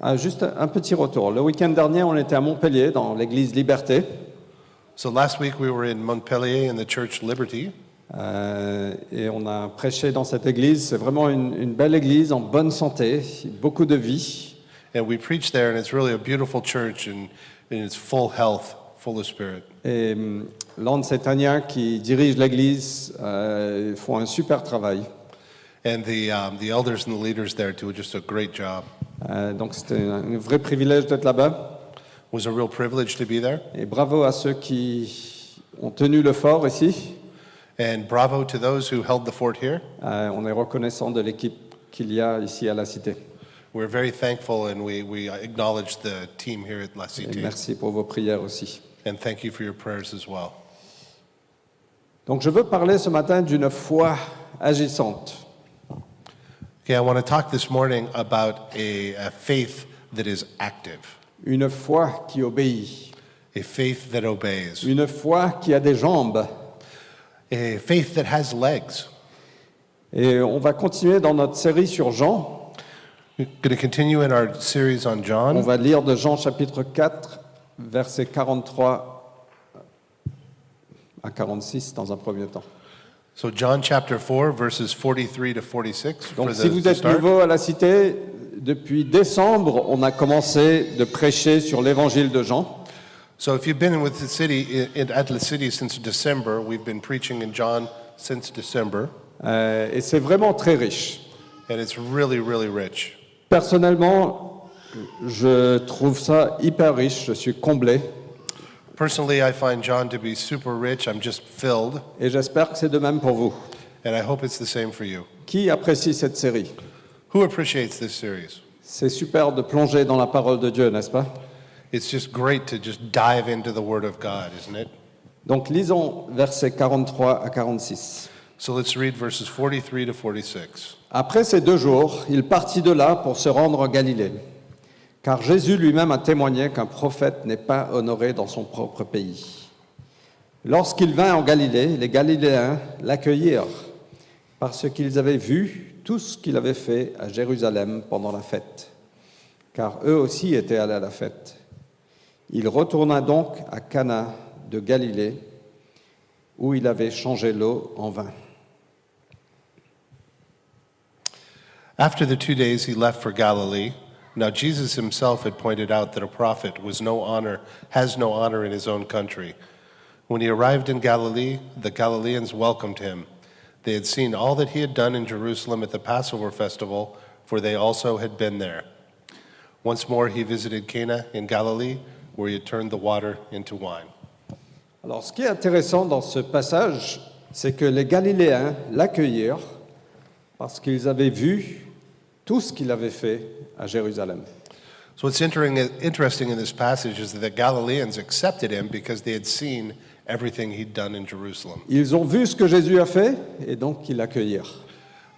Ah, juste un petit retour. Le week-end dernier, on était à Montpellier, dans l'église Liberté. So last week we were in Montpellier in the church Liberty, Euh, et on a prêché dans cette église. C'est vraiment une, une belle église, en bonne santé, beaucoup de vie. and we preached there, and it's really a beautiful church, and, and it's full health, full of spirit. Et hum, Lance et Tania, qui dirige l'église, euh, font un super travail. And the um, the elders and the leaders there do just a great job. Euh, donc c'était un vrai privilège d'être là-bas. It was a real privilege to be there, Et bravo à ceux qui ont tenu le fort ici. and bravo to those who held the fort here. Euh, on est reconnaissant de l'équipe qu'il y a ici à la Cité. We're very thankful, and we we acknowledge the team here at La Et Cité, merci pour vos prières aussi. and thank you for your prayers as well. Donc je veux parler ce matin d'une foi agissante. Okay, I want to talk this morning about a, a faith that is active, Une foi qui obéit. a faith that obeys, Une foi qui a des jambes. a faith that has legs. Et on va continuer dans notre série sur Jean. We're going to continue in our series on On John. va lire de Jean chapitre 4, versets 43 à 46 dans un premier temps. So, John chapter 4, verses 43 to 46. For Donc the, si vous to êtes start. nouveau à la cité, depuis décembre, on a commencé de prêcher sur l'évangile de Jean. So, if you've been with the city, i- in, at the city since December, we've been preaching in John since December, Euh, et c'est vraiment très riche. and it's really, really rich. Personnellement, je trouve ça hyper riche, je suis comblé Personally, I find John to be super rich. I'm just filled, et j'espère que c'est de même pour vous. and I hope it's the same for you. Qui apprécie cette série Who appreciates this series? C'est super de plonger dans la parole de Dieu, n'est-ce pas It's just great to just dive into the Word of God, isn't it? Donc lisons versets 43 à 46. So, let's read verses 43 to 46. Après ces deux jours, il partit de là pour se rendre en Galilée, car Jésus lui-même a témoigné qu'un prophète n'est pas honoré dans son propre pays. Lorsqu'il vint en Galilée, les Galiléens l'accueillirent, parce qu'ils avaient vu tout ce qu'il avait fait à Jérusalem pendant la fête, car eux aussi étaient allés à la fête. Il retourna donc à Cana de Galilée, où il avait changé l'eau en vin. After the two days he left for Galilee, now Jesus himself had pointed out that a prophet was no honor, has no honor in his own country. When he arrived in Galilee, the Galileans welcomed him. They had seen all that he had done in Jerusalem at the Passover festival, for they also had been there. Once more he visited Cana in Galilee, where he had turned the water into wine. Alors, ce qui est intéressant dans ce passage, c'est que les Galiléens l'accueillirent parce qu'ils avaient vu tout ce qu'il avait fait à Jérusalem. So what's entering- interesting in this passage is that the Galileans accepted him because they had seen everything he'd done in Jerusalem. Ils ont vu ce que Jésus a fait et donc ils l'accueillirent.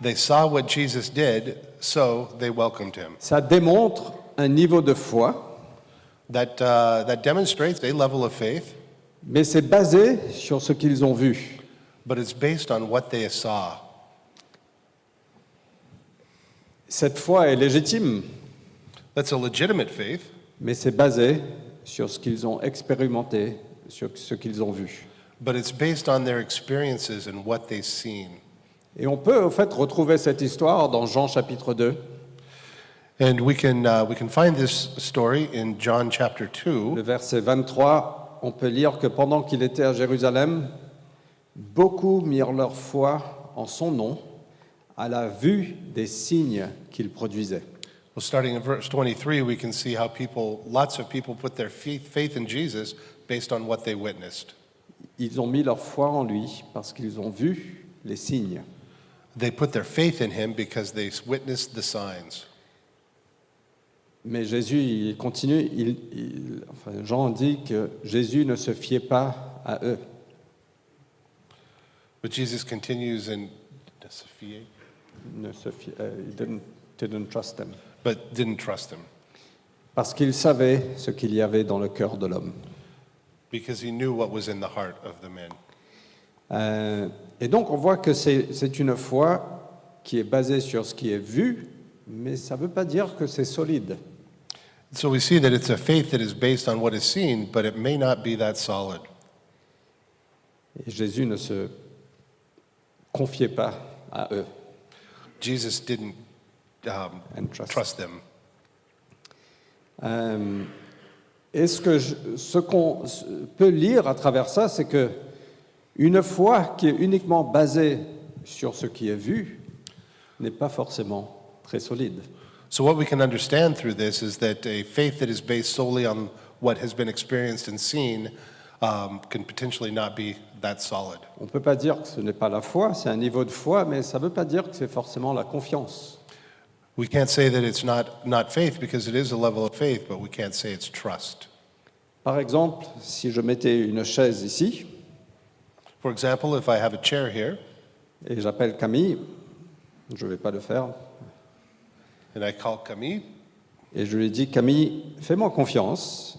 They saw what Jesus did, so they welcomed him. Ça démontre un niveau de foi, That, uh, that demonstrates a level of faith, mais c'est basé sur ce qu'ils ont vu. but it's based on what they saw. Cette foi est légitime, That's a legitimate faith, mais c'est basé sur ce qu'ils ont expérimenté, sur ce qu'ils ont vu. but it's based on their experiences and what they've seen. Et on peut, au fait, retrouver cette histoire dans Jean chapitre 2. And we can, uh, we can find this story in John chapter Le 2. verset 23, on peut lire que pendant qu'il était à Jérusalem, beaucoup mirent leur foi en son nom à la vue des signes qu'il produisait. Well, starting in verse 23, we can see how people, lots of people put their faith, faith in Jesus based on what they witnessed. Ils ont mis leur foi en lui parce qu'ils ont vu les signes. They put their faith in him because they witnessed the signs. Mais Jésus, il continue, il, il- enfin, Jean dit que Jésus ne se fiait pas à eux. But Jesus continues in Sophia, Ne se fiait- euh, he didn't- didn't trust them. but didn't trust him Parce qu'il savait ce qu'il y avait dans le cœur de l'homme. because he knew what was in the heart of the men. Euh, et donc on voit que c'est c'est une foi qui est basée sur ce qui est vu, mais ça ne veut pas dire que c'est solide. So we see that it's a faith that is based on what is seen, but it may not be that solid. Et Jésus ne se confiait pas à eux. Jesus didn't um, And trust. them. Euh, et ce que je- ce qu'on s- peut lire à travers ça, c'est que une foi qui est uniquement basée sur ce qui est vu n'est pas forcément très solide. So what we can understand through this is that a faith that is based solely on what has been experienced and seen um, can potentially not be that solid. On ne peut pas dire que ce n'est pas la foi, c'est un niveau de foi, mais ça ne veut pas dire que c'est forcément la confiance. We can't say that it's not, not faith because it is a level of faith, but we can't say it's trust. Par exemple, si je mettais une chaise ici For example, if I have a chair here et j'appelle Camille, je ne vais pas le faire, and I call Camille et je lui dis Camille, fais-moi confiance,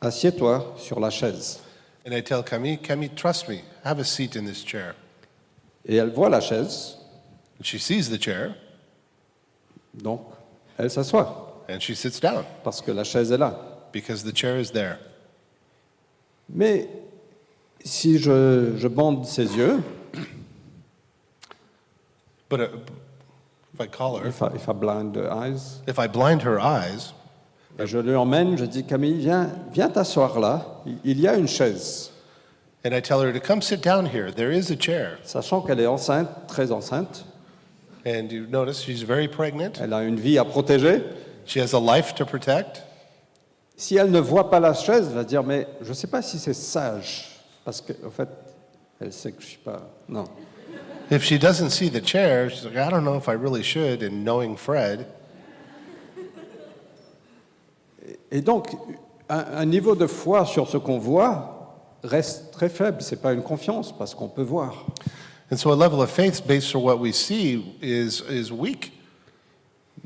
assieds-toi sur la chaise. and I tell Camille, Camille, trust me, have a seat in this chair. Et elle voit la chaise, And she sees the chair donc elle s'assoit and she sits down parce que la chaise est là. because the chair is there. Mais si je, je bande ses yeux, But uh, if I call her, if I, if I blind the eyes, if I blind her eyes, et Ben, je lui emmène, je dis Camille, viens, viens t'asseoir là, il- il y a une chaise. and I tell her to come sit down here, there is a chair. Sachant qu'elle est enceinte, très enceinte, And you notice she's very pregnant. elle a une vie à protéger. She has a life to protect. Si elle ne voit pas la chaise, elle va dire Mais je ne sais pas si c'est sage, parce qu'en fait, elle sait que je ne suis pas. Non. If she doesn't see the chair, she's like, I don't know if I really should. And knowing Fred, Et donc, un, un niveau de foi sur ce qu'on voit reste très faible. Ce n'est pas une confiance, parce qu'on peut voir. and so a level of faith based on what we see is is weak.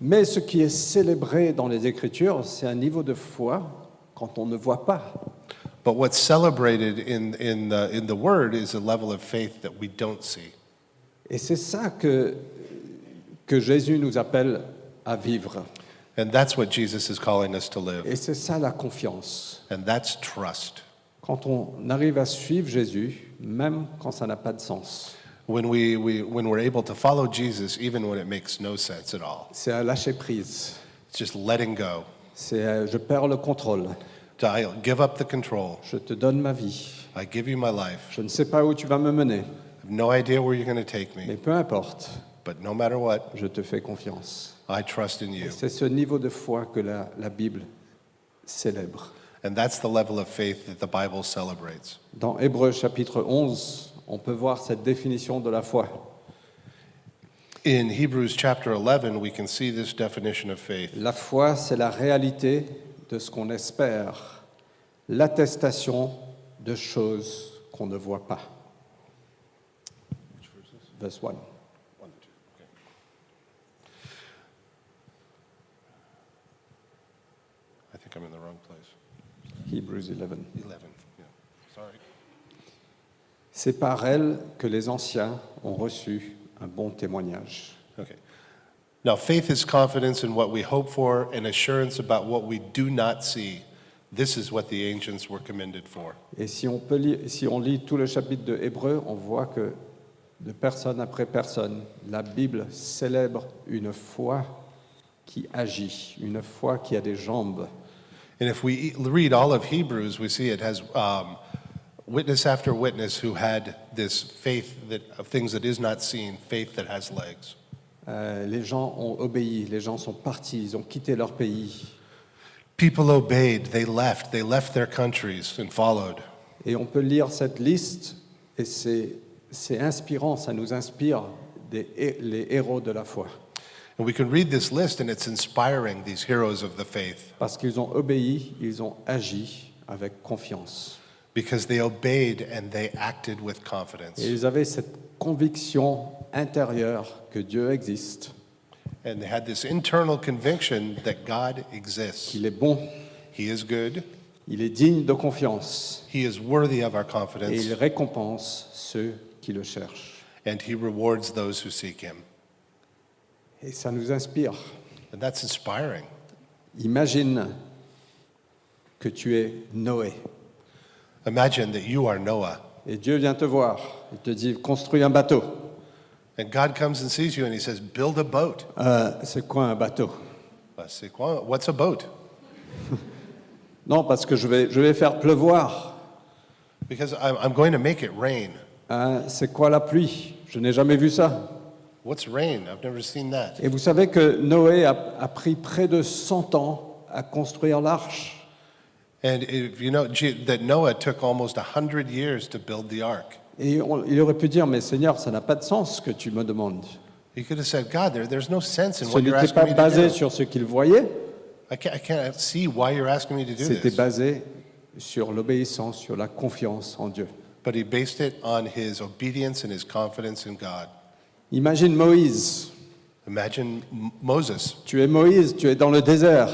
Mais ce qui est célébré dans les Écritures, c'est un niveau de foi quand on ne voit pas. But what's celebrated in in the in the Word is a level of faith that we don't see. Et c'est ça que, que Jésus nous appelle à vivre. And that's what Jesus is calling us to live. Et c'est ça la confiance. And that's trust. Quand on arrive à suivre Jésus, même quand ça n'a pas de sens, When we, we when we're able to follow Jesus even when it makes no sense at all. c'est un lâcher prise. It's just letting go. C'est euh, je perds le contrôle. To I give up the control. Je te donne ma vie. I give you my life. Je ne sais pas où tu vas me mener, I have no idea where you're going to take mais me, peu importe, but no matter what, je te fais confiance. I trust in you. C'est ce niveau de foi que la, la Bible célèbre. And that's the level of faith that the Bible celebrates. Dans Hébreux chapitre 11, on peut voir cette définition de la foi. In Hebrews chapter 11, we can see this definition of faith. La foi, c'est la réalité de ce qu'on espère, l'attestation de choses qu'on ne voit pas. Verse 1. I think I'm in the wrong place. Hebrews 11. 11. Yeah. Sorry. C'est par elle que les anciens ont reçu un bon témoignage. Okay. Now, faith is confidence in what we hope for and assurance about what we do not see. This is what the ancients were commended for. Et si on, peut lire- si on lit tout le chapitre de Hébreux, on voit que de personne après personne, la Bible célèbre une foi qui agit, une foi qui a des jambes. And if we e- read all of Hebrews, we see it has um, witness after witness who had this faith that, of things that is not seen, faith that has legs. Euh, les gens ont obéi, les gens sont partis, ils ont quitté leur pays. People obeyed, they left, they left their countries and followed. Et on peut lire cette liste et c'est c'est inspirant, ça nous inspire des, hé- les héros de la foi. And we can read this list and it's inspiring these heroes of the faith Parce qu'ils ont obéi, ils ont agi avec confiance. because they obeyed and they acted with confidence. Et ils avaient cette conviction intérieure que Dieu existe, And they had this internal conviction that God exists. qu'il est bon, He is good, il est digne de confiance He is worthy of our et il confidence, récompense ceux qui le cherchent. and He rewards those who seek Him. Et ça nous inspire. And that's inspiring. Imagine que tu es Noé. Imagine that you are Noah, Et Dieu vient te voir. Il te dit, construis un bateau. and God comes and sees you and he says, Build a boat. Euh, c'est quoi un bateau I say, "Well, What's a boat? Non, parce que je vais, je vais faire pleuvoir. Because I'm, I'm going to make it rain. Hein, c'est quoi la pluie Je n'ai jamais vu ça. What's rain? I've never seen that. Et vous savez que Noé a, a pris près de 100 ans à construire l'arche. And if you know gee, that Noah took almost 100 years to build the ark, Et on- il aurait pu dire, mais Seigneur, ça n'a pas de sens ce que tu me demandes. he could have said, God, there, there's no sense in Ce what you're n'était asking pas me to basé do. sur ce qu'il voyait, I can't, I can't see why you're asking me to do c'était this. basé sur l'obéissance, sur la confiance en Dieu. But he based it on his obedience and his confidence in God. Imagine Moïse. Imagine M- Moses. Tu es Moïse, tu es dans le désert.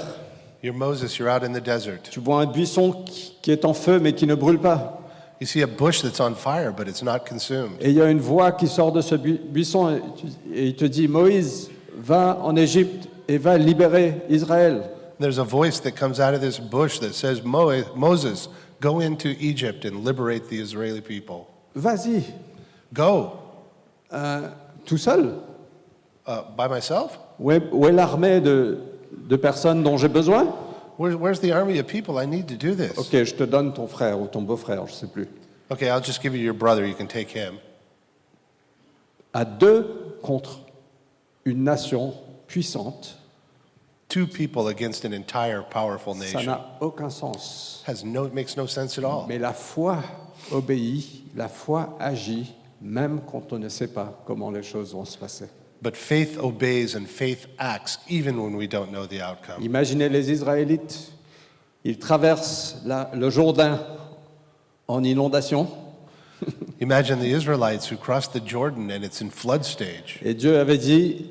You're Moses, you're out in the desert. Tu vois un buisson qui qui est en feu mais qui ne brûle pas. You see a bush that's on fire, but it's not consumed. Et il y a une voix qui sort de ce bu- buisson et, tu- et il te dit, Moïse, va en Égypte et va libérer Israël. There's a voice that comes out of this bush that says, "Mo- Moses, go into Egypt and liberate the Israeli people. Vas-y, Go. euh, tout seul. Uh, by myself? Où est, où est l'armée de, de personnes dont j'ai besoin Where, where's the army of people? I need to do this. Ok, je te donne ton frère ou ton beau-frère, je ne sais plus. Okay, I'll just give you your brother. You can take him. À deux contre une nation puissante, Two people against an entire powerful ça nation. n'a aucun sens. Has no, it makes no sense at all. Mais la foi obéit, la foi agit, même quand on ne sait pas comment les choses vont se passer. But faith obeys and faith acts even when we don't know the outcome. Imaginez les Israélites, ils traversent la- le Jourdain en inondation, Imagine the Israelites who crossed the Jordan and it's in flood stage. et Dieu avait dit,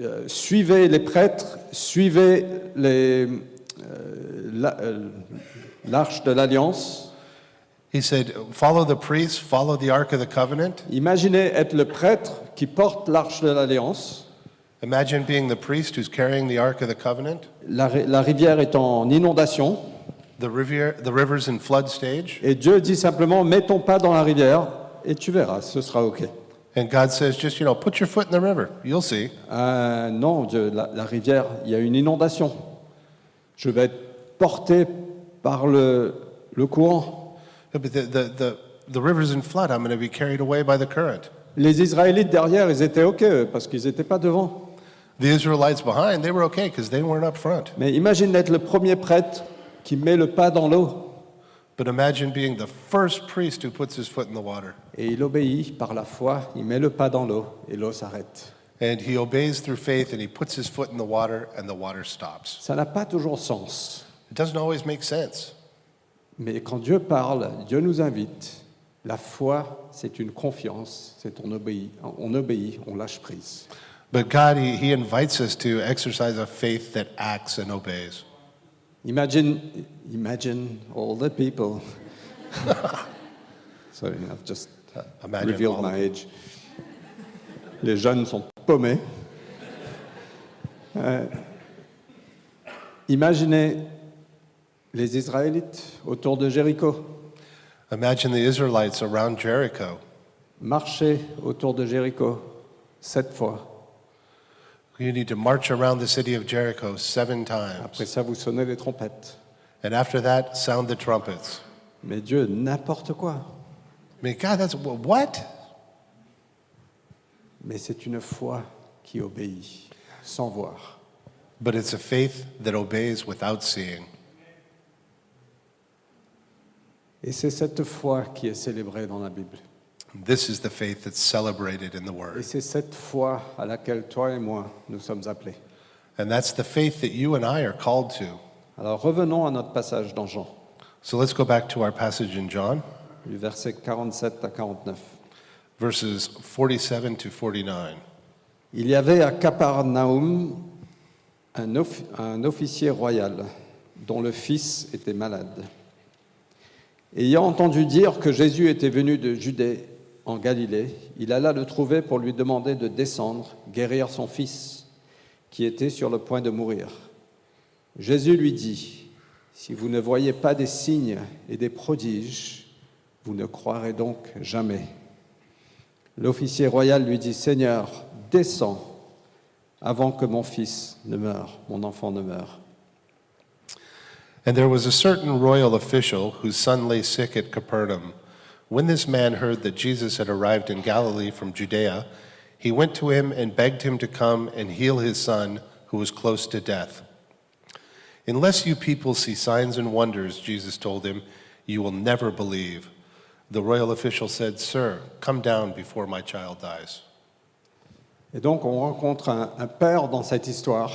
euh, suivez les prêtres, suivez les, euh, la- euh, l'arche de l'alliance. He said, Follow the priests, follow the Ark of the Covenant. Imaginez être le prêtre qui porte l'arche de l'alliance, Imagine being the priest who's carrying the Ark of the Covenant. la ri- la rivière est en inondation. The, river, the river's in flood stage. Et Dieu dit simplement, mets ton pas dans la rivière et tu verras, ce sera OK. And God says, Just, you know, put your foot in the river. You'll see. Euh, non, Dieu, la, la rivière, il y a une inondation. Je vais être porté par le, le courant. But the, the, the, the river's in flood. I'm going to be carried away by the current. Les Israélites derrière, ils étaient OK eux, parce qu'ils n'étaient pas devant. The Israelites behind, they were okay because they weren't up front. Mais imagine d'être le premier prêtre qui met le pas dans l'eau But imagine being the first priest who puts his foot in the water. et il obéit par la foi, il met le pas dans l'eau et l'eau s'arrête. And he obeys through faith and he puts his foot in the water and the water stops. Ça n'a pas toujours sens. It doesn't always make sense. Mais quand Dieu parle, Dieu nous invite. La foi, c'est une confiance, c'est on obéit, on obéit, on lâche prise. But God, he, he invites us to exercise a faith that acts and obeys. Imagine, imagine all the people. Sorry, I've just Imagine revealed all the my age. Les jeunes sont paumés. Euh, imaginez les Israélites autour de Jéricho, Imagine the Israelites around Jericho. marcher autour de Jéricho sept fois. You need to march around the city of Jericho seven times. Après ça, vous sonnez les trompettes. And after that, sound the trumpets. Mais Dieu, n'importe quoi. I mean, God, that's wh- what? Mais c'est une foi qui obéit, sans voir. But it's a faith that obeys without seeing. Et c'est cette foi qui est célébrée dans la Bible. This is the faith that's celebrated in the Et Word. c'est cette foi à laquelle toi et moi nous sommes appelés. And that's the faith that you and I are called to. Alors revenons à notre passage dans Jean, So let's go back to our passage in John, du verset 47 à 49. verses 47 to 49. Il y avait à Capernaum un, of- un officier royal dont le fils était malade. Ayant entendu dire que Jésus était venu de Judée en Galilée, il alla le trouver pour lui demander de descendre, guérir son fils, qui était sur le point de mourir. Jésus lui dit, Si vous ne voyez pas des signes et des prodiges, vous ne croirez donc jamais. L'officier royal lui dit, Seigneur, descends avant que mon fils ne meure, mon enfant ne meure. And there was a certain royal official whose son lay sick at Capernaum. When this man heard that Jesus had arrived in Galilee from Judea, he went to him and begged him to come and heal his son, who was close to death. Unless you people see signs and wonders, Jesus told him, you will never believe. The royal official said, Sir, come down before my child dies. Et donc on rencontre un, un père dans cette histoire,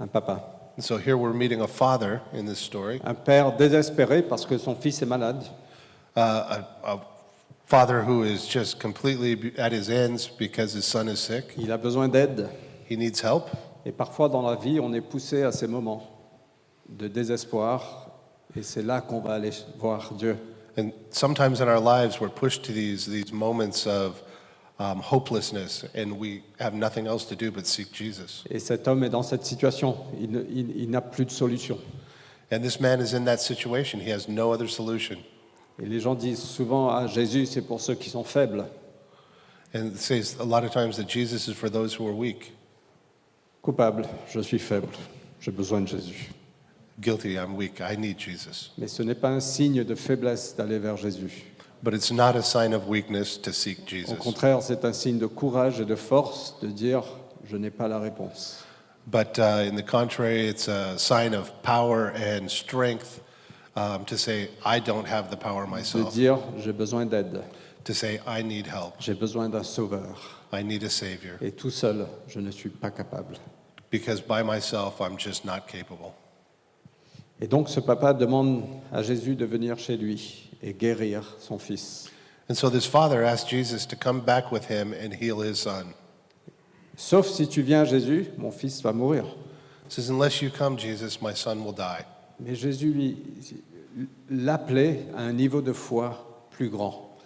un papa, And so here we're meeting a father in this story, un père désespéré parce que son fils est malade, uh, a, a father who is just completely at his ends because his son is sick. il a besoin d'aide. He needs help. Et parfois dans la vie, on est poussé à ces moments de désespoir et c'est là qu'on va aller voir Dieu. And sometimes in our lives, we're pushed to these, these moments of um, hopelessness, and we have nothing else to do but seek Jesus. Et cet homme est dans cette situation, il ne- il- il n'a plus de solution. And this man is in that situation. He has no other solution. Et les gens disent souvent à Jésus, c'est pour ceux qui sont faibles. And it says a lot of times that Jesus is for those who are weak. Coupable, je suis faible, j'ai besoin de Jésus. Guilty, I'm weak. I need Jesus. Mais ce n'est pas un signe de faiblesse d'aller vers Jésus. But it's not a sign of weakness to seek Au Jesus. contraire, c'est un signe de courage et de force de dire je n'ai pas la réponse. But uh, in the contrary, it's a sign of power and strength um, to say, I don't have the power De myself, dire j'ai besoin d'aide, to say, I need help. j'ai besoin d'un sauveur. I need a Savior. Et tout seul, je ne suis pas capable. because by myself I'm just not capable. Et donc ce papa demande à Jésus de venir chez lui et guérir son fils. And so this father asked Jesus to come back with him and heal his son. Sauf si tu viens Jésus, mon fils va mourir. He says, Unless you come, Jesus, my son will die. Mais Jésus lui- l'appelait à un niveau de foi plus grand.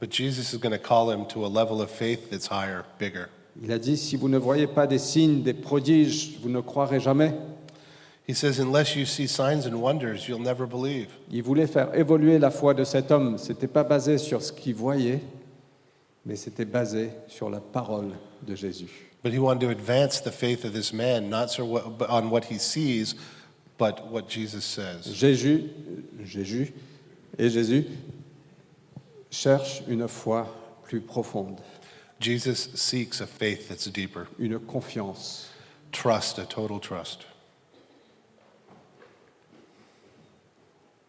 But Jesus is going to call him to a level of faith that's higher, bigger. Il a dit, si vous ne voyez pas des signes, des prodiges, vous ne croirez jamais. He says, Unless you see signs and wonders, you'll never believe. Il voulait faire évoluer la foi de cet homme. C'était pas basé sur ce qu'il voyait, mais c'était basé sur la parole de Jésus. But he wanted to advance the faith of this man, not so what, but on what he sees, but what Jesus says. Jésus, Jésus et Jésus cherchent une foi plus profonde, Jesus seeks a faith that's deeper. une confiance. Trust, a total trust.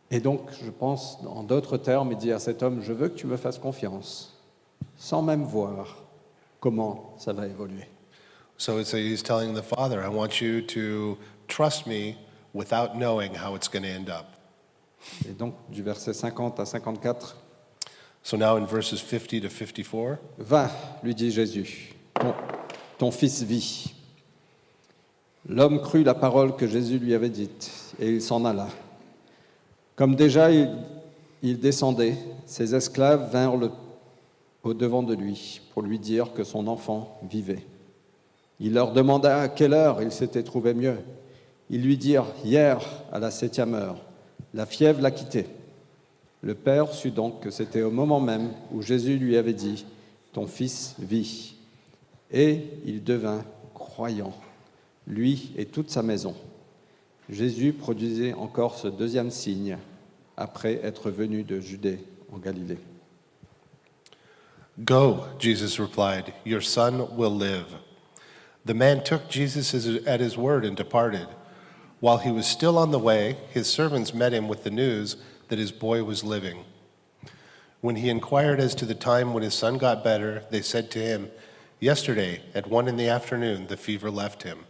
Et donc, je pense, en d'autres termes, il dit à cet homme, je veux que tu me fasses confiance, sans même voir comment ça va évoluer. So it's he's telling the father, I want you to trust me without knowing how it's going to end up. Et donc, du verset 50 à 54, So now in verses 50 to 54, Va, lui dit Jésus, ton, ton fils vit. L'homme crut la parole que Jésus lui avait dite, et il s'en alla. Comme déjà il, il descendait, ses esclaves vinrent le- au devant de lui pour lui dire que son enfant vivait. Il leur demanda à quelle heure il s'était trouvé mieux. Ils lui dirent, hier, à la septième heure, la fièvre l'a quitté. Le père sut donc que c'était au moment même où Jésus lui avait dit, Ton fils vit. Et il devint croyant, lui et toute sa maison. Jésus produisait encore ce deuxième signe après être venu de Judée en Galilée. Go, Jesus replied, your son will live. The man took Jesus as- at his word and departed. While he was still on the way, his servants met him with the news that his boy was living. When he inquired as to the time when his son got better, they said to him, Yesterday, at one in the afternoon, the fever left him.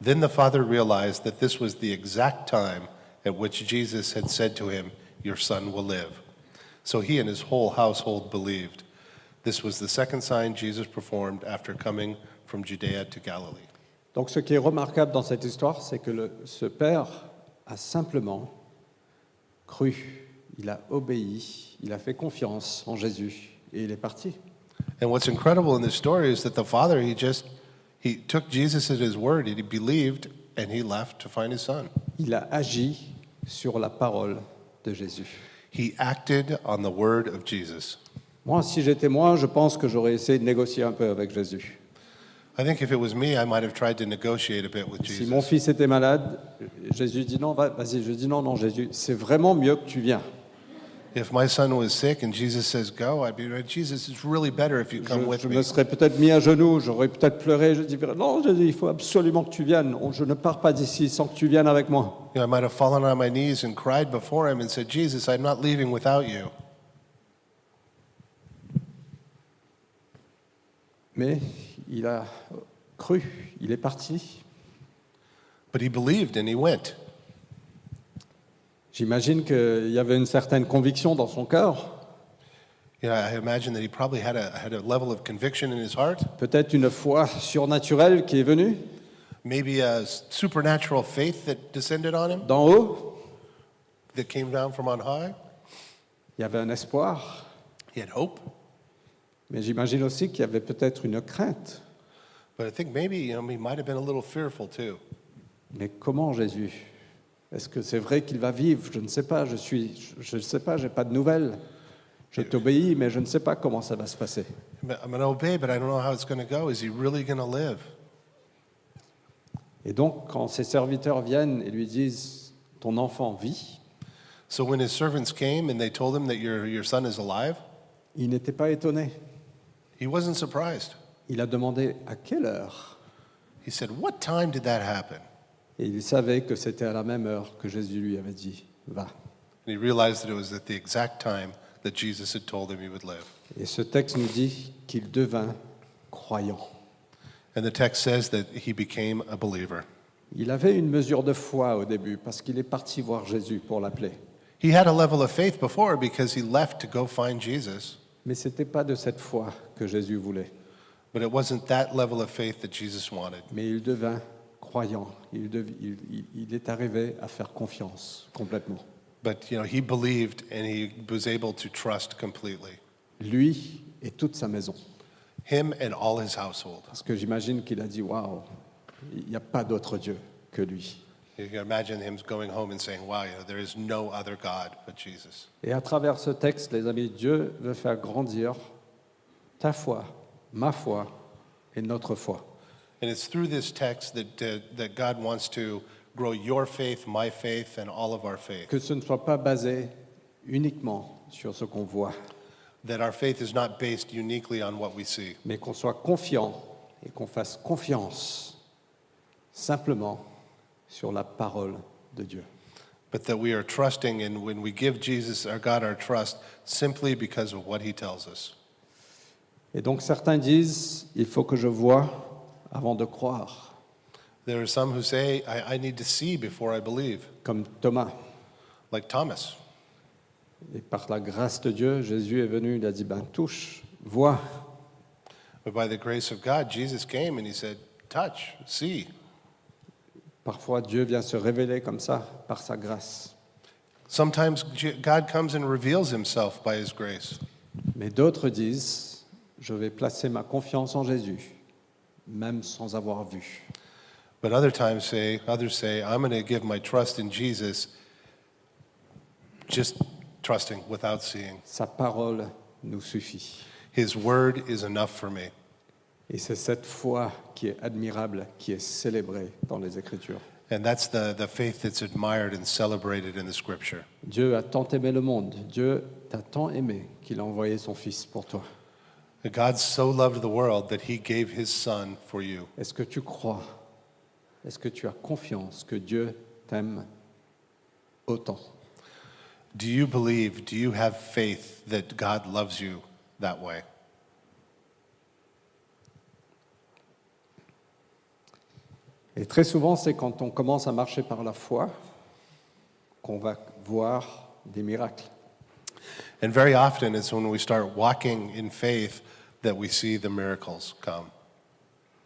Then the father realized that this was the exact time at which Jesus had said to him, Your son will live. So he and his whole household believed. This was the second sign Jesus performed after coming from Judea to Galilee. Donc ce qui est remarquable dans cette histoire, c'est que le- ce père a simplement cru, il a obéi, il a fait confiance en Jésus et il est parti. And what's incredible in this story is that the father, he just he took Jesus at his word, he believed, and he left to find his son. Il a agi sur la parole de Jésus. He acted on the word of Jesus. Moi, si j'étais moi, je pense que j'aurais essayé de négocier un peu avec Jésus. I think if it was me, I might have tried to negotiate a bit with Si mon Jesus. fils était malade, Jésus dit non, va- vas-y. Je dis non, non, Jésus, c'est vraiment mieux que tu viens. If my son was sick and Jesus says, Go, I'd be like, Jesus, it's really better if you Je, come with je me me. serais peut-être mis à genoux, j'aurais peut-être pleuré. Je dis non, Jésus, il faut absolument que tu viennes. On- Je ne pars pas d'ici sans que tu viennes avec moi. You know, I might have fallen on my knees and cried before him and said, Jesus, I'm not leaving without you. Mais il a cru, il est parti. But he believed and he went. J'imagine qu'il y avait une certaine conviction dans son cœur, You know, I imagine that he probably had a, had a level of conviction in his heart, peut-être une foi surnaturelle qui est venue maybe a supernatural faith that descended on him, d'en haut. that came down from on high. Il y avait un espoir, He had hope. mais j'imagine aussi qu'il y avait peut-être une crainte. But I think maybe you know, he might have been a little fearful too. Mais comment Jésus Est-ce que c'est vrai qu'il va vivre Je ne sais pas, je suis, je- je ne sais pas, j'ai pas de nouvelles. Je t'obéis, mais je ne sais pas comment ça va se passer. I'm going to obey, but I don't know how it's going to go. Is he really going to live? Et donc, quand ses serviteurs viennent et lui disent Ton enfant vit, So when his servants came and they told him that your, your son is alive, il n'était pas étonné. he wasn't surprised. Il a demandé à quelle heure He said, What time did that happen? Et il savait que c'était à la même heure que Jésus lui avait dit Va. And he realized that it was at the exact time that Jesus had told him he would live. Et ce texte nous dit qu'il devint croyant. And the text says that he became a believer. Il avait une mesure de foi au début parce qu'il est parti voir Jésus pour l'appeler. He had a level of faith before because he left to go find Jesus, Mais ce n'était pas de cette foi que Jésus voulait. but it wasn't that level of faith that Jesus wanted. Mais il devint croyant. Il, dev- il- il- il est arrivé à faire confiance complètement. But you know, he believed and he was able to trust completely. Lui et toute sa maison. Him and all his household. Parce que j'imagine qu'il a dit Waouh, il n'y a pas d'autre Dieu que lui. You can imagine him going home and saying, Wow, you know, there is no other God but Jesus. Et à travers ce texte, les amis, Dieu veut faire grandir ta foi, ma foi et notre foi. And it's through this text that, uh, that God wants to grow your faith, my faith, and all of our faith. Que ce ne soit pas basé uniquement sur ce qu'on voit, That our faith is not based uniquely on what we see, mais qu'on soit confiant et qu'on fasse confiance simplement sur la parole de Dieu. but that we are trusting, and when we give Jesus, our God, our trust simply because of what he tells us. Et donc certains disent, il faut que je voie avant de croire, There are some who say, I, I need to see before I believe, comme Thomas. like Thomas. Et par la grâce de Dieu, Jésus est venu, il a dit, ben touche, vois. But by the grace of God, Jesus came and he said, Touch, see. Parfois, Dieu vient se révéler comme ça, par sa grâce. Sometimes J- God comes and reveals himself by his grace. Mais d'autres disent, je vais placer ma confiance en Jésus, même sans avoir vu. But other times say, others say, I'm going to give my trust in Jesus, just trusting without seeing. Sa parole nous suffit. His word is enough for me. Et c'est cette foi qui est admirable, qui est célébrée dans les Écritures. And that's the, the faith that's admired and celebrated in the scripture. Dieu a tant aimé le monde, Dieu t'a tant aimé qu'il a envoyé son Fils pour toi. That God so loved the world that he gave his son for you. Est-ce que tu crois Est-ce que tu as confiance que Dieu t'aime autant Do you believe, do you have faith that God loves you that way? Et très souvent, c'est quand on commence à marcher par la foi qu'on va voir des miracles. And very often it's when we start walking in faith that we see the miracles come.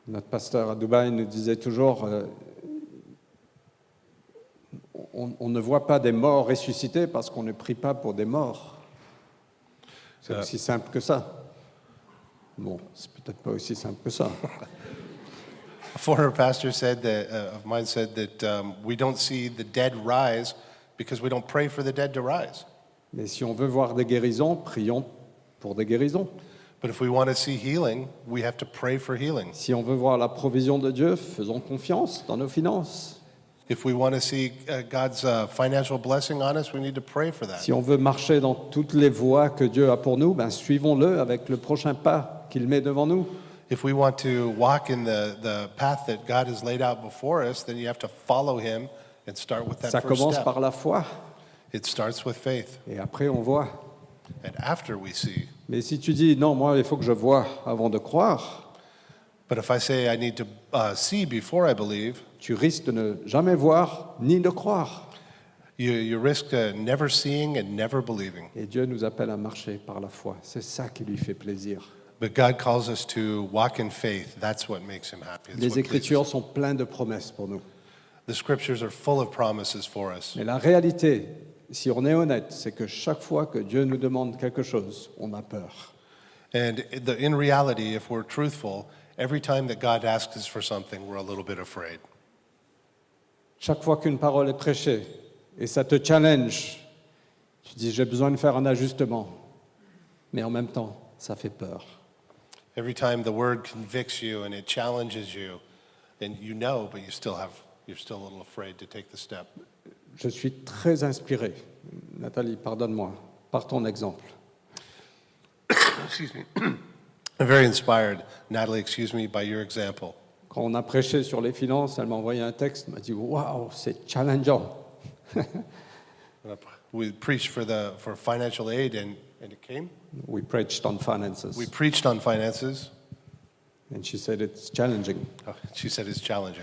Notre pasteur à Dubaï nous disait toujours, euh, on, on ne voit pas des morts ressuscités parce qu'on ne prie pas pour des morts. C'est Euh. aussi simple que ça. Bon, c'est peut-être pas aussi simple que ça. A former pastor said that, uh, of mine said that um, we don't see the dead rise because we don't pray for the dead to rise. Mais si on veut voir des guérisons, prions pour des guérisons. But if we want to see healing, we have to pray for healing. Si on veut voir la provision de Dieu, faisons confiance dans nos finances. If we want to see uh, God's uh, financial blessing on us, we need to pray for that. Si on veut marcher dans toutes les voies que Dieu a pour nous, ben suivons-le avec le prochain pas qu'il met devant nous. If we want to walk in the, the path that God has laid out before us, then you have to follow Him and start with that Ça first commence step. par la foi It starts with faith. et après on voit. And after we see, Mais si tu dis non, moi il faut que je vois avant de croire, but if I say I need to uh, see before I believe, tu risques de ne jamais voir ni de croire. you, you risk uh, never seeing and never believing. Et Dieu nous appelle à marcher par la foi. C'est ça qui lui fait plaisir. But God calls us to walk in faith. That's what makes Him happy. It's Les what pleases Écritures sont pleines de promesses pour nous. The scriptures are full of promises for us. Mais la réalité, si on est honnête, c'est que chaque fois que Dieu nous demande quelque chose, on a peur. And the, in reality, if we're truthful, every time that God asks us for something, we're a little bit afraid. Chaque fois qu'une parole est prêchée et ça te challenge, tu dis j'ai besoin de faire un ajustement. Mais en même temps, ça fait peur. Every time the word convicts you and it challenges you, and you know, but you still have, you're still a little afraid to take the step. Je suis très inspiré, Nathalie, pardonne-moi, par ton exemple. Excuse me. I'm very inspired, Natalie, excuse me, by your example. Quand on a prêché sur les finances, elle m'a envoyé un texte, elle m'a dit Waouh, c'est challengeant. We preached for the, for financial aid and, and it came. We preached on finances. We preached on finances. And she said it's challenging. Oh, She said it's challenging.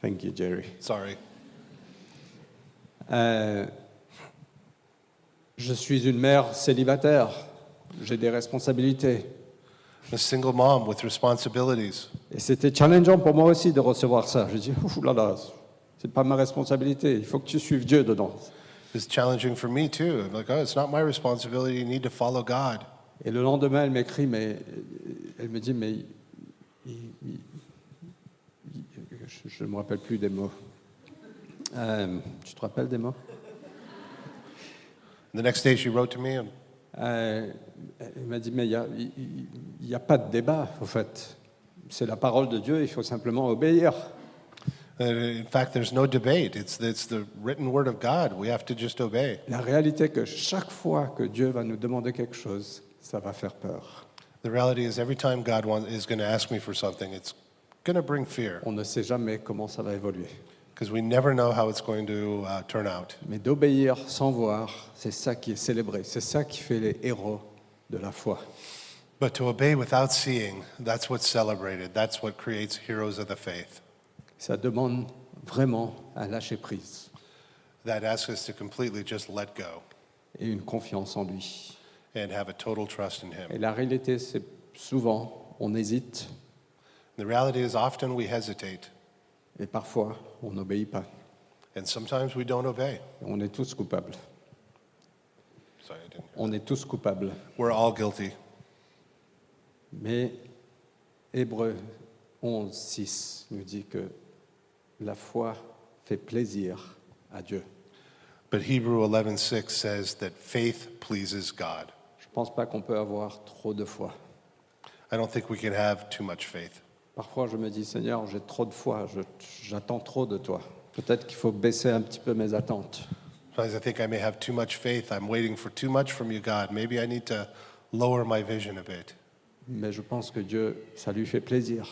Thank you, Jerry. Sorry. Euh, je suis une mère célibataire. J'ai des responsabilités. A single mom with responsibilities. Et c'était challengeant pour moi aussi de recevoir ça. Je dis, ouh là là, c'est pas ma responsabilité. Il faut que tu suives Dieu dedans. It's challenging for me too. I'm like, oh, it's not my responsibility. You need to follow God. Et le lendemain, elle m'écrit, mais elle me dit, mais il- il- il- je- je ne me rappelle plus des mots. Euh, tu te rappelles des mots The next day she wrote to me, and Euh, elle m'a dit, mais il n'y a, il- il- il y a pas de débat, au fait. C'est la parole de Dieu, il faut simplement obéir. uh, in fact, there's no debate. It's, it's the written word of God. We have to just obey. La réalité est que chaque fois que Dieu va nous demander quelque chose, ça va faire peur. The reality is, every time God wants, is going to ask me for something, it's going to bring fear On ne sait jamais comment ça va évoluer. because we never know how it's going to uh, turn out. Mais d'obéir sans voir, c'est ça qui est célébré. C'est ça qui fait les héros de la foi. But to obey without seeing, that's what's celebrated. That's what creates heroes of the faith. Ça demande vraiment un lâcher prise That asks us to completely just let go et une confiance en lui. and have a total trust in Him. Et la réalité, c'est souvent, on hésite The reality is, often we hesitate, et parfois, on n'obéit pas. and sometimes we don't obey. On est tous coupables. Sorry, I didn't. On est tous coupables. We're all guilty. Mais Hébreu 11, 6 nous dit que la foi fait plaisir à Dieu. But Hebrew 11:6 says that faith pleases God. Je ne pense pas qu'on peut avoir trop de foi. I don't think we can have too much faith. Parfois, je me dis, Seigneur, j'ai trop de foi, je- j'attends trop de toi. Peut-être qu'il faut baisser un petit peu mes attentes. Sometimes I think I may have too much faith. I'm waiting for too much from you, God. Maybe I need to lower my vision a bit. Mais je pense que Dieu, ça lui fait plaisir.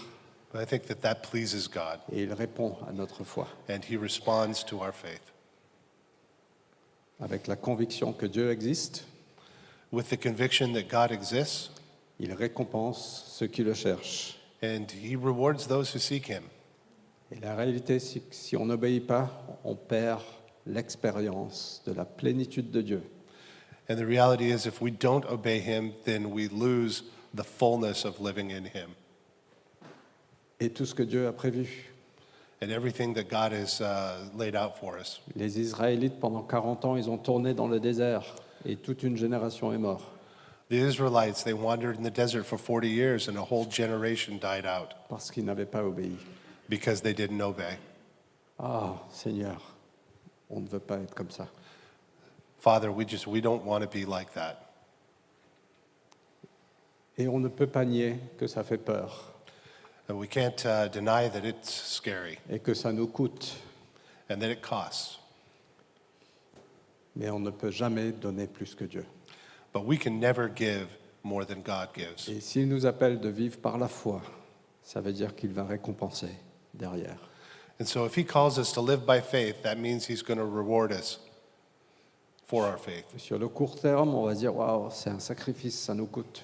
But I think that that pleases God, Et il répond à notre foi, and He responds to our faith avec la conviction que Dieu existe. with the conviction that God exists, Il récompense ceux qui le cherchent. and He rewards those who seek Him. Et la réalité, c'est que si on n'obéit pas, on perd l'expérience de la plénitude de Dieu. And the reality is, if we don't obey Him, then we lose the fullness of living in Him Et tout ce que Dieu a prévu. and everything that God has uh, laid out for us. Les Israélites, pendant 40 ans, ils ont tourné dans le désert et toute une génération est morte. The Israelites, they wandered in the desert for 40 years and a whole generation died out parce qu'ils n'avaient pas obéi. because they didn't obey. Ah, Seigneur, on ne veut pas être comme ça. Father, we just we don't want to be like that. Et on ne peut pas nier que ça fait peur And we can't uh, deny that it's scary et que ça nous coûte, and that it costs. mais on ne peut jamais donner plus que Dieu. But we can never give more than God gives. Et s'il nous appelle de vivre par la foi, ça veut dire qu'il va récompenser derrière. And so if he calls us to live by faith, that means he's going to reward us for our faith. Sur le court terme, on va dire waouh, c'est un sacrifice, ça nous coûte.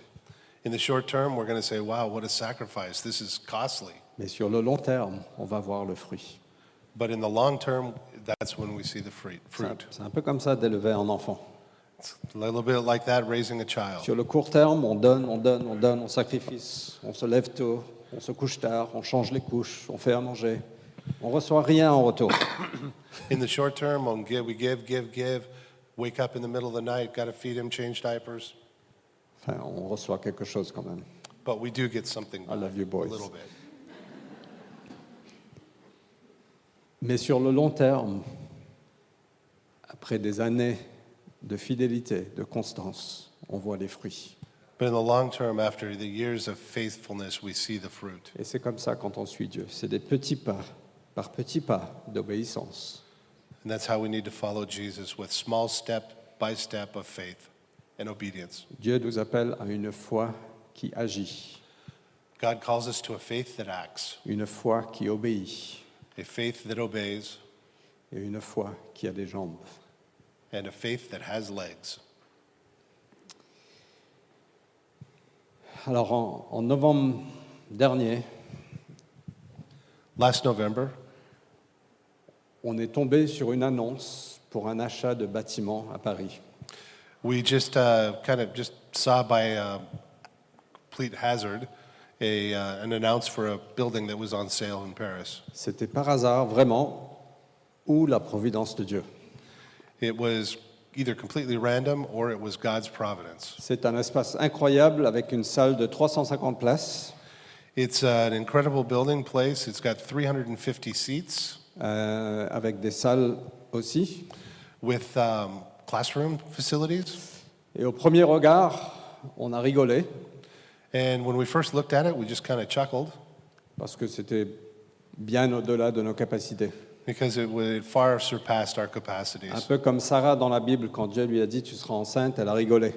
In the short term, we're going to say, wow, what a sacrifice. This is costly. Mais sur le long terme, on va voir le fruit. But in the long term, that's when we see the fruit. fruit. C'est un peu comme ça d'élever un enfant. It's a little bit like that raising a child. Sur le court terme, on donne, on donne, on donne, on sacrifice, on se lève tôt, on se couche tard, on change les couches, on fait à manger. On reçoit rien en retour. In the short term, on give, we give, give, give. Wake up in the middle of the night, got to feed him, change diapers. Enfin, on reçoit quelque chose quand même. But we do get something I love you a boys. little bit. Mais sur le long terme, après des années de fidélité, de constance, on voit les fruits. But in the long term, after the years of faithfulness, we see the fruit. Et c'est comme ça quand on suit Dieu. C'est des petits pas, par petits pas d'obéissance. And that's how we need to follow Jesus with small step by step of faith and obedience. Dieu nous appelle à une foi qui agit, God calls us to a faith that acts, une foi qui obéit a faith that obeys, et une foi qui a des jambes. and a faith that has legs. Alors en, en novembre dernier, Last November, on est tombé sur une annonce pour un achat de bâtiment à Paris. we just uh, kind of just saw by uh, complete hazard a, uh, an announce for a building that was on sale in Paris. C'était par hasard vraiment ou la providence de Dieu. It was either completely random or it was God's providence. C'est un espace incroyable avec une salle de 350 places, It's uh, an incredible building place. It's got 350 seats. euh, avec des salles aussi. with um, classroom facilities. Et au premier regard, on a rigolé And when we first looked at it, we just kind of chuckled parce que c'était bien au-delà de nos capacités. because it, wa- it far surpassed our Un capacities. peu comme Sarah dans la Bible, quand Dieu lui a dit tu seras enceinte, elle a rigolé.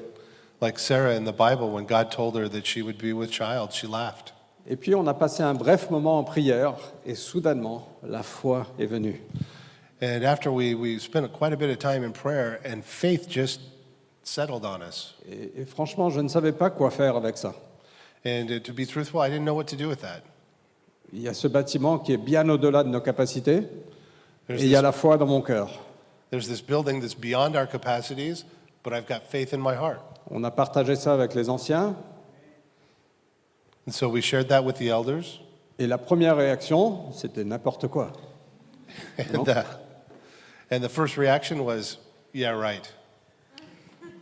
Like Sarah in the Bible, when God told her that she would be with child, she laughed. Et puis on a passé un bref moment en prière et soudainement la foi est venue. And after we, we spent quite a bit of time in prayer, and faith just settled on us. Et, et franchement, je ne savais pas quoi faire avec ça. And uh, to be truthful, I didn't know what to do with that. Il y a ce bâtiment qui est bien au-delà de nos capacités There's et il y a this, la foi dans mon cœur. there's this building that's beyond our capacities, but I've got faith in my heart. On a partagé ça avec les anciens And so we shared that with the elders. et la première réaction, c'était n'importe quoi. And, uh, and the first reaction was, yeah, right.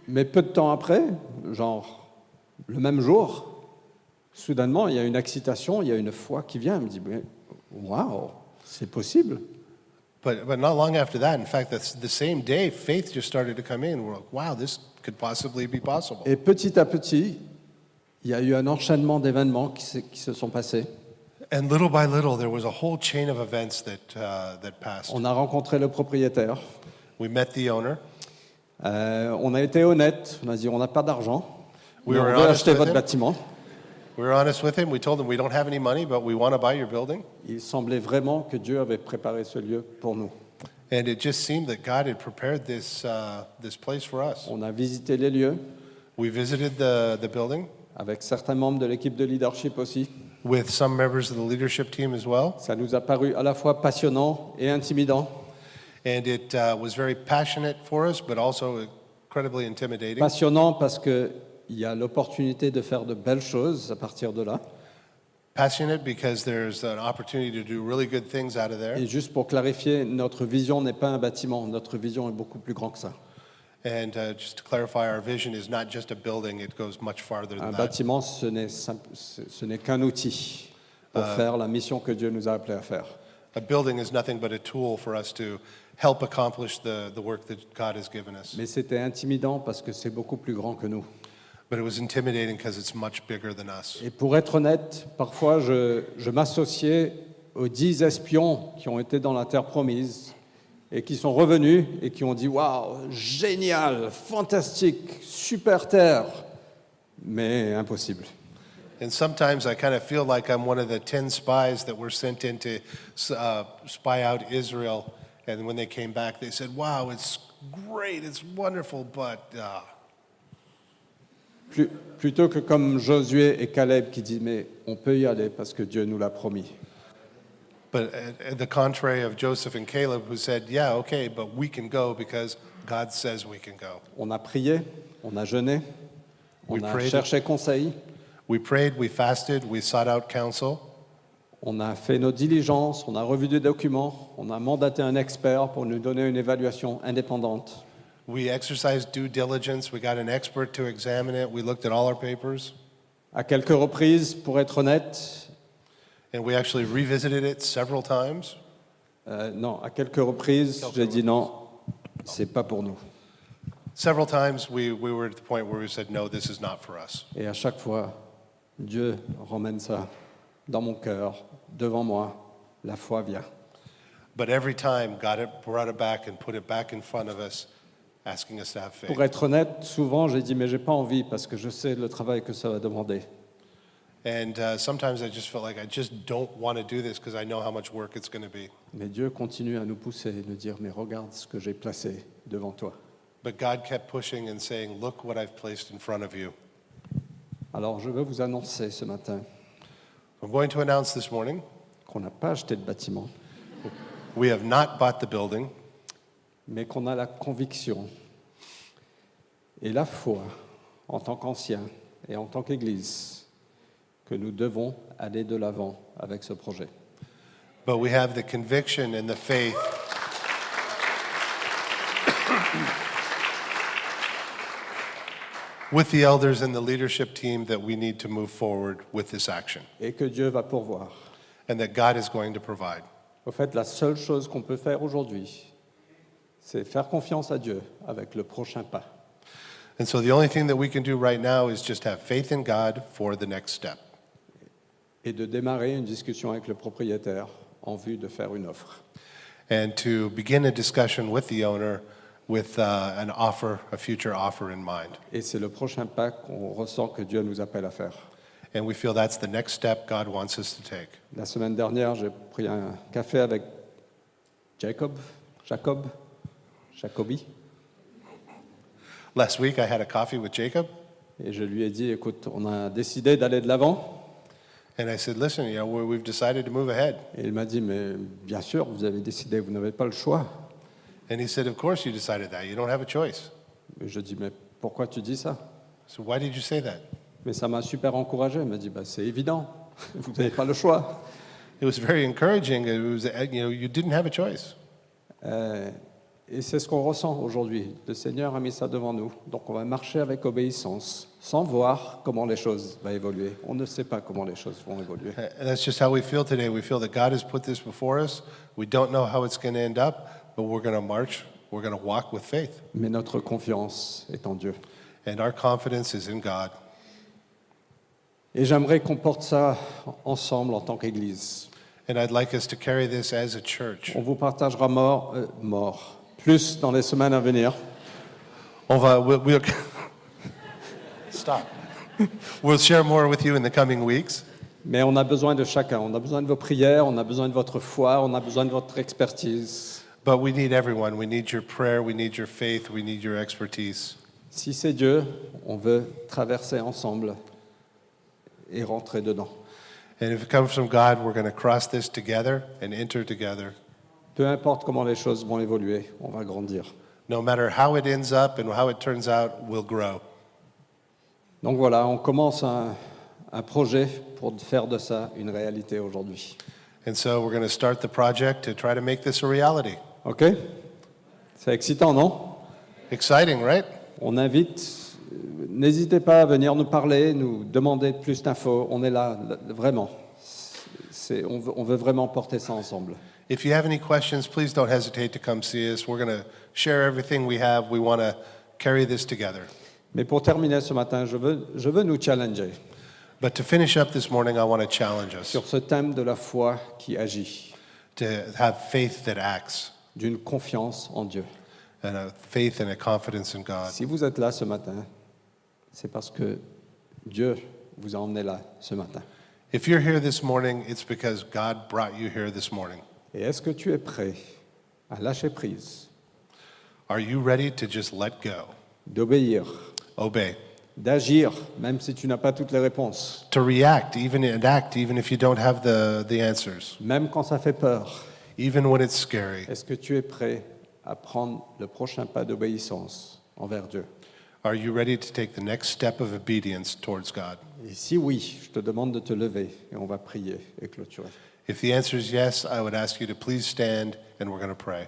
Mais peu de temps après, genre le même jour, soudainement, il y a une excitation, il y a une foi qui vient. Elle me dit Mais, Waouh, c'est possible. But, but not long after that, in fact, that's the same day, faith just started to come in. We're like, wow, this could possibly be possible. Et petit à petit, il y a eu un enchaînement d'événements qui, se- qui se sont passés. and little by little, there was a whole chain of events that, uh, that passed. On a rencontré le propriétaire. We met the owner. Euh, on a été honnête. On a dit on n'a pas d'argent. We mais on were veut honest acheter with votre him. bâtiment. We were honest with him. We told him we don't have any money, but we want to buy your building. Il semblait vraiment que Dieu avait préparé ce lieu pour nous. And it just seemed that God had prepared this, uh, this place for us. On a visité les lieux We visited the, the building avec certains membres de l'équipe de leadership aussi. with some members of the leadership team as well. Ça nous a paru à la fois passionnant et intimidant. And it uh, was very passionate for us, but also incredibly intimidating. Passionnant parce qu'il y a l'opportunité de faire de belles choses à partir de là. passionate because there's an opportunity to do really good things out of there. Et juste pour clarifier, notre vision n'est pas un bâtiment, notre vision est beaucoup plus grand que ça. And uh, just to clarify, our vision is not just a building, it goes much farther Un than that. bâtiment, Euh, ce n'est simple- ce ce n'est qu'un outil pour faire la mission que Dieu nous a appelé à faire. a building is nothing but a tool for us to help accomplish the, the work that God has given us. Mais c'était intimidant parce que c'est beaucoup plus grand que nous. But it was intimidating because it's much bigger than us. Et pour être honnête, parfois je, je m'associais aux dix espions qui ont été dans la terre promise et qui sont revenus et qui ont dit Waouh, génial, fantastique, super terre, mais impossible. And sometimes I kind of feel like I'm one of the 10 spies that were sent in to uh, spy out Israel. And when they came back, they said, Wow, it's great, it's wonderful, but uh, Plus- plutôt que comme Josué et Caleb qui disent Mais on peut y aller parce que Dieu nous l'a promis. But at, at the contrary of Joseph and Caleb, who said, Yeah, okay, but we can go because God says we can go. On a prié, on a jeûné, on We a prayed. cherché conseil, We prayed, we fasted, we sought out counsel, on a fait nos diligences, on a revu des documents, on a mandaté un expert pour nous donner une évaluation indépendante. we exercised due diligence, we got an expert to examine it, we looked at all our papers, À quelques reprises, pour être honnête, and we actually revisited it several times. euh, non, à quelques reprises, j'ai dit non, c'est pas pour nous. Several times we, we were at the point where we said, No, this is not for us. Et à chaque fois, Dieu ramène ça dans mon cœur, devant moi, la foi vient. But every time God had brought it back and put it back in front of us, asking us to have faith. Pour être honnête, souvent j'ai dit mais j'ai pas envie parce que je sais le travail que ça va demander. And uh, sometimes I just felt like I just don't want to do this because I know how much work it's going to be. Mais Dieu continue à nous pousser et nous dire mais regarde ce que j'ai placé devant toi. But God kept pushing and saying, Look what I've placed in front of you. Alors je veux vous annoncer ce matin I'm going to announce this morning qu'on n'a pas acheté de bâtiment, we have not bought the building, mais qu'on a la conviction et la foi en tant qu'anciens et en tant qu'Église que nous devons aller de l'avant avec ce projet. but we have the conviction and the faith. With the elders and the leadership team, that we need to move forward with this action et que Dieu va pourvoir. and that God is going to provide. Au fait, la seule chose qu'on peut faire aujourd'hui, c'est faire confiance à Dieu avec le prochain pas. And so the only thing that we can do right now is just have faith in God for the next step. et de démarrer une discussion avec le propriétaire en vue de faire une offre. and to begin a discussion with the owner with uh, an offer, a future offer in mind. Et c'est le prochain pas qu'on ressent que Dieu nous appelle à faire. And we feel that's the next step God wants us to take. La semaine dernière, j'ai pris un café avec Jacob, Jacob, Jacobi, Last week, I had a coffee with Jacob, et je lui ai dit, écoute, on a décidé d'aller de l'avant. and I said, Listen, you know, we- we've decided to move ahead. Et il m'a dit, mais bien sûr, vous avez décidé, vous n'avez pas le choix. And he said, Of course, you decided that. You don't have a choice. Et je dis, mais pourquoi tu dis ça So why did you say that? Mais ça m'a super encouragé. Il m'a dit, bah, c'est évident, vous n'avez pas le choix. It was very encouraging. It was, uh, you know, you didn't have a choice. Euh, et c'est ce qu'on ressent aujourd'hui. Le Seigneur a mis ça devant nous. Donc on va marcher avec obéissance, sans voir comment les choses vont évoluer. On ne sait pas comment les choses vont évoluer. Uh, And that's just how we feel today. We feel that God has put this before us. We don't know how it's going to end up, but we're going to march. We're going to walk with faith. Mais notre confiance est en Dieu. And our confidence is in God. Et j'aimerais qu'on porte ça ensemble en tant qu'Église. And I'd like us to carry this as a church. On vous partagera mort, euh, mort, plus dans les semaines à venir. On va- we'll, we'll- Stop. We'll share more with you in the coming weeks, Mais on a besoin de chacun. On a besoin de vos prières, on a besoin de votre foi, on a besoin de votre expertise. but we need everyone. We need your prayer, we need your faith, we need your expertise. Si c'est Dieu, on veut traverser ensemble et rentrer dedans. And if it comes from God, we're going to cross this together and enter together. Peu importe comment les choses vont évoluer, on va grandir. No matter how it ends up and how it turns out, we'll grow. Donc voilà, on commence un, un projet pour faire de ça une réalité aujourd'hui. And so we're going to start the project to try to make this a reality. OK C'est excitant, non Exciting, right? On invite, euh, n'hésitez pas à venir nous parler, nous demander plus d'infos. On est là, là, vraiment. C'est- on veut- on veut vraiment porter ça ensemble. If you have any questions, please don't hesitate to come see us. We're going to share everything we have. We want to carry this together. Mais pour terminer ce matin, je veux, je veux nous challenger But to finish up this morning, I want to challenge us sur ce thème de la foi qui agit, to have faith that acts, d'une confiance en Dieu. and a faith and a confidence in God. Si vous êtes là ce matin, c'est parce que Dieu vous a emmené là ce matin. If you're here this morning, it's because God brought you here this morning. Et est-ce que tu es prêt à lâcher prise, Are you ready to just let go, d'obéir, obey, d'agir, même si tu n'as pas toutes les réponses, to react, even and act, even if you don't have the, the answers, même quand ça fait peur even when it's scary? Est-ce que tu es prêt à prendre le prochain pas d'obéissance envers Dieu Are you ready to take the next step of obedience towards God? Et si oui, je te demande de te lever et on va prier et clôturer. If the answer is yes, I would ask you to please stand and we're going to pray.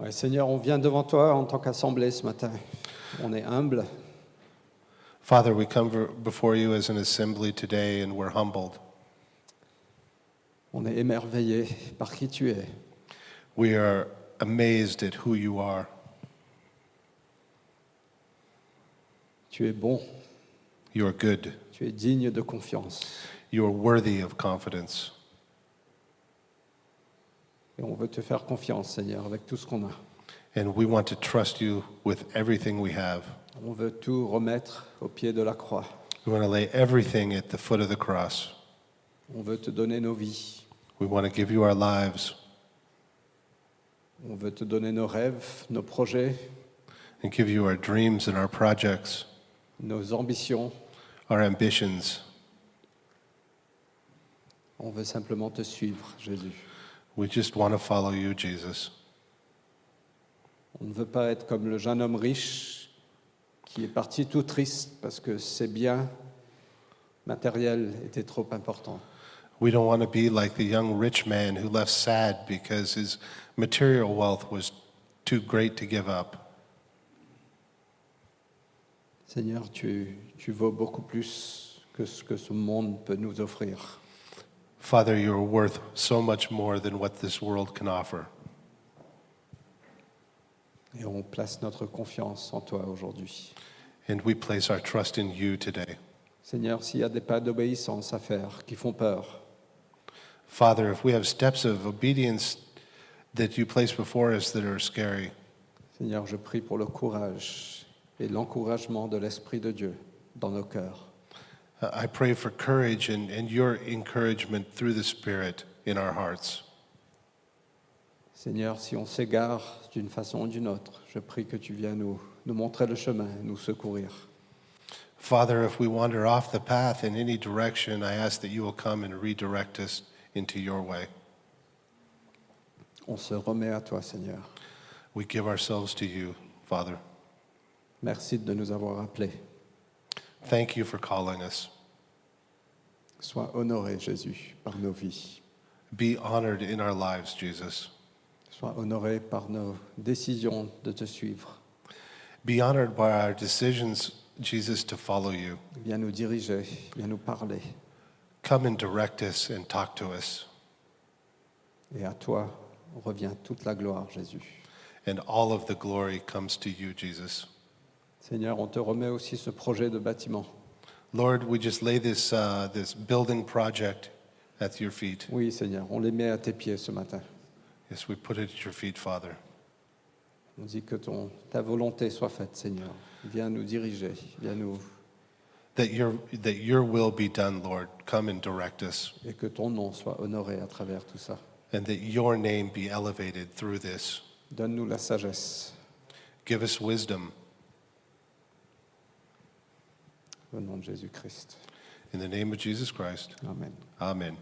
Ouais, Seigneur, on vient devant toi en tant qu'assemblée ce matin. On est humble. Father, we come ver- before you as an assembly today and we're humbled. On est émerveillé par qui tu es. We are amazed at who you are. Tu es bon, You are good. tu es digne de confiance. You are worthy of confidence. Et on veut te faire confiance, Seigneur, avec tout ce qu'on a. And we want to trust you with everything we have. On veut tout remettre au pied de la croix. We want to lay everything at the foot of the cross. On veut te donner nos vies. We want to give you our lives On veut te donner nos rêves, nos projets, and give you our dreams and our projects, nos ambitions. our ambitions. On veut simplement te suivre, Jésus. We just want to follow you, Jesus. On ne veut pas être comme le jeune homme riche qui est parti tout triste parce que ses biens matériels étaient trop importants. We don't want to be like the young rich man who left sad because his material wealth was too great to give up. Seigneur, tu, tu vaux beaucoup plus que ce que ce monde peut nous offrir. Father, you are worth so much more than what this world can offer. Et on place notre confiance en toi aujourd'hui. And we place our trust in you today. Seigneur, s'il y a des pas d'obéissance à faire qui font peur, Father, if we have steps of obedience that you place before us that are scary, Seigneur, je prie pour le courage et l'encouragement de l'Esprit de Dieu dans nos cœurs. uh, I pray for courage and, and your encouragement through the Spirit in our hearts. Seigneur, si on s'égare d'une façon ou d'une autre, je prie que tu viennes nous, nous montrer le chemin, nous secourir. Father, if we wander off the path in any direction, I ask that you will come and redirect us into your way. On se remet à toi, Seigneur. We give ourselves to you, Father. Merci de nous avoir appelés. Thank you for calling us. Sois honoré, Jésus, par nos vies. Be honored in our lives, Jesus. Sois honoré par nos décisions de te suivre. Be honored by our decisions, Jesus, to follow you. Viens nous diriger, viens nous parler. Come and direct us and talk to us. Et à toi revient toute la gloire, Jésus. And all of the glory comes to you, Jesus. Seigneur, on te remet aussi ce projet de bâtiment. Lord, we just lay this, uh, this building project at your feet. Oui, Seigneur, on les met à tes pieds ce matin. Yes, we put it at your feet, Father. On dit que ton, ta volonté soit faite, Seigneur. Viens nous diriger, viens nous, That your, that your will be done, Lord. Come and direct us. et que ton nom soit honoré à travers tout ça. And that your name be elevated through this. Donne-nous la sagesse. Give us wisdom. Au nom de Jésus-Christ. In the name of Jesus Christ, Amen. amen.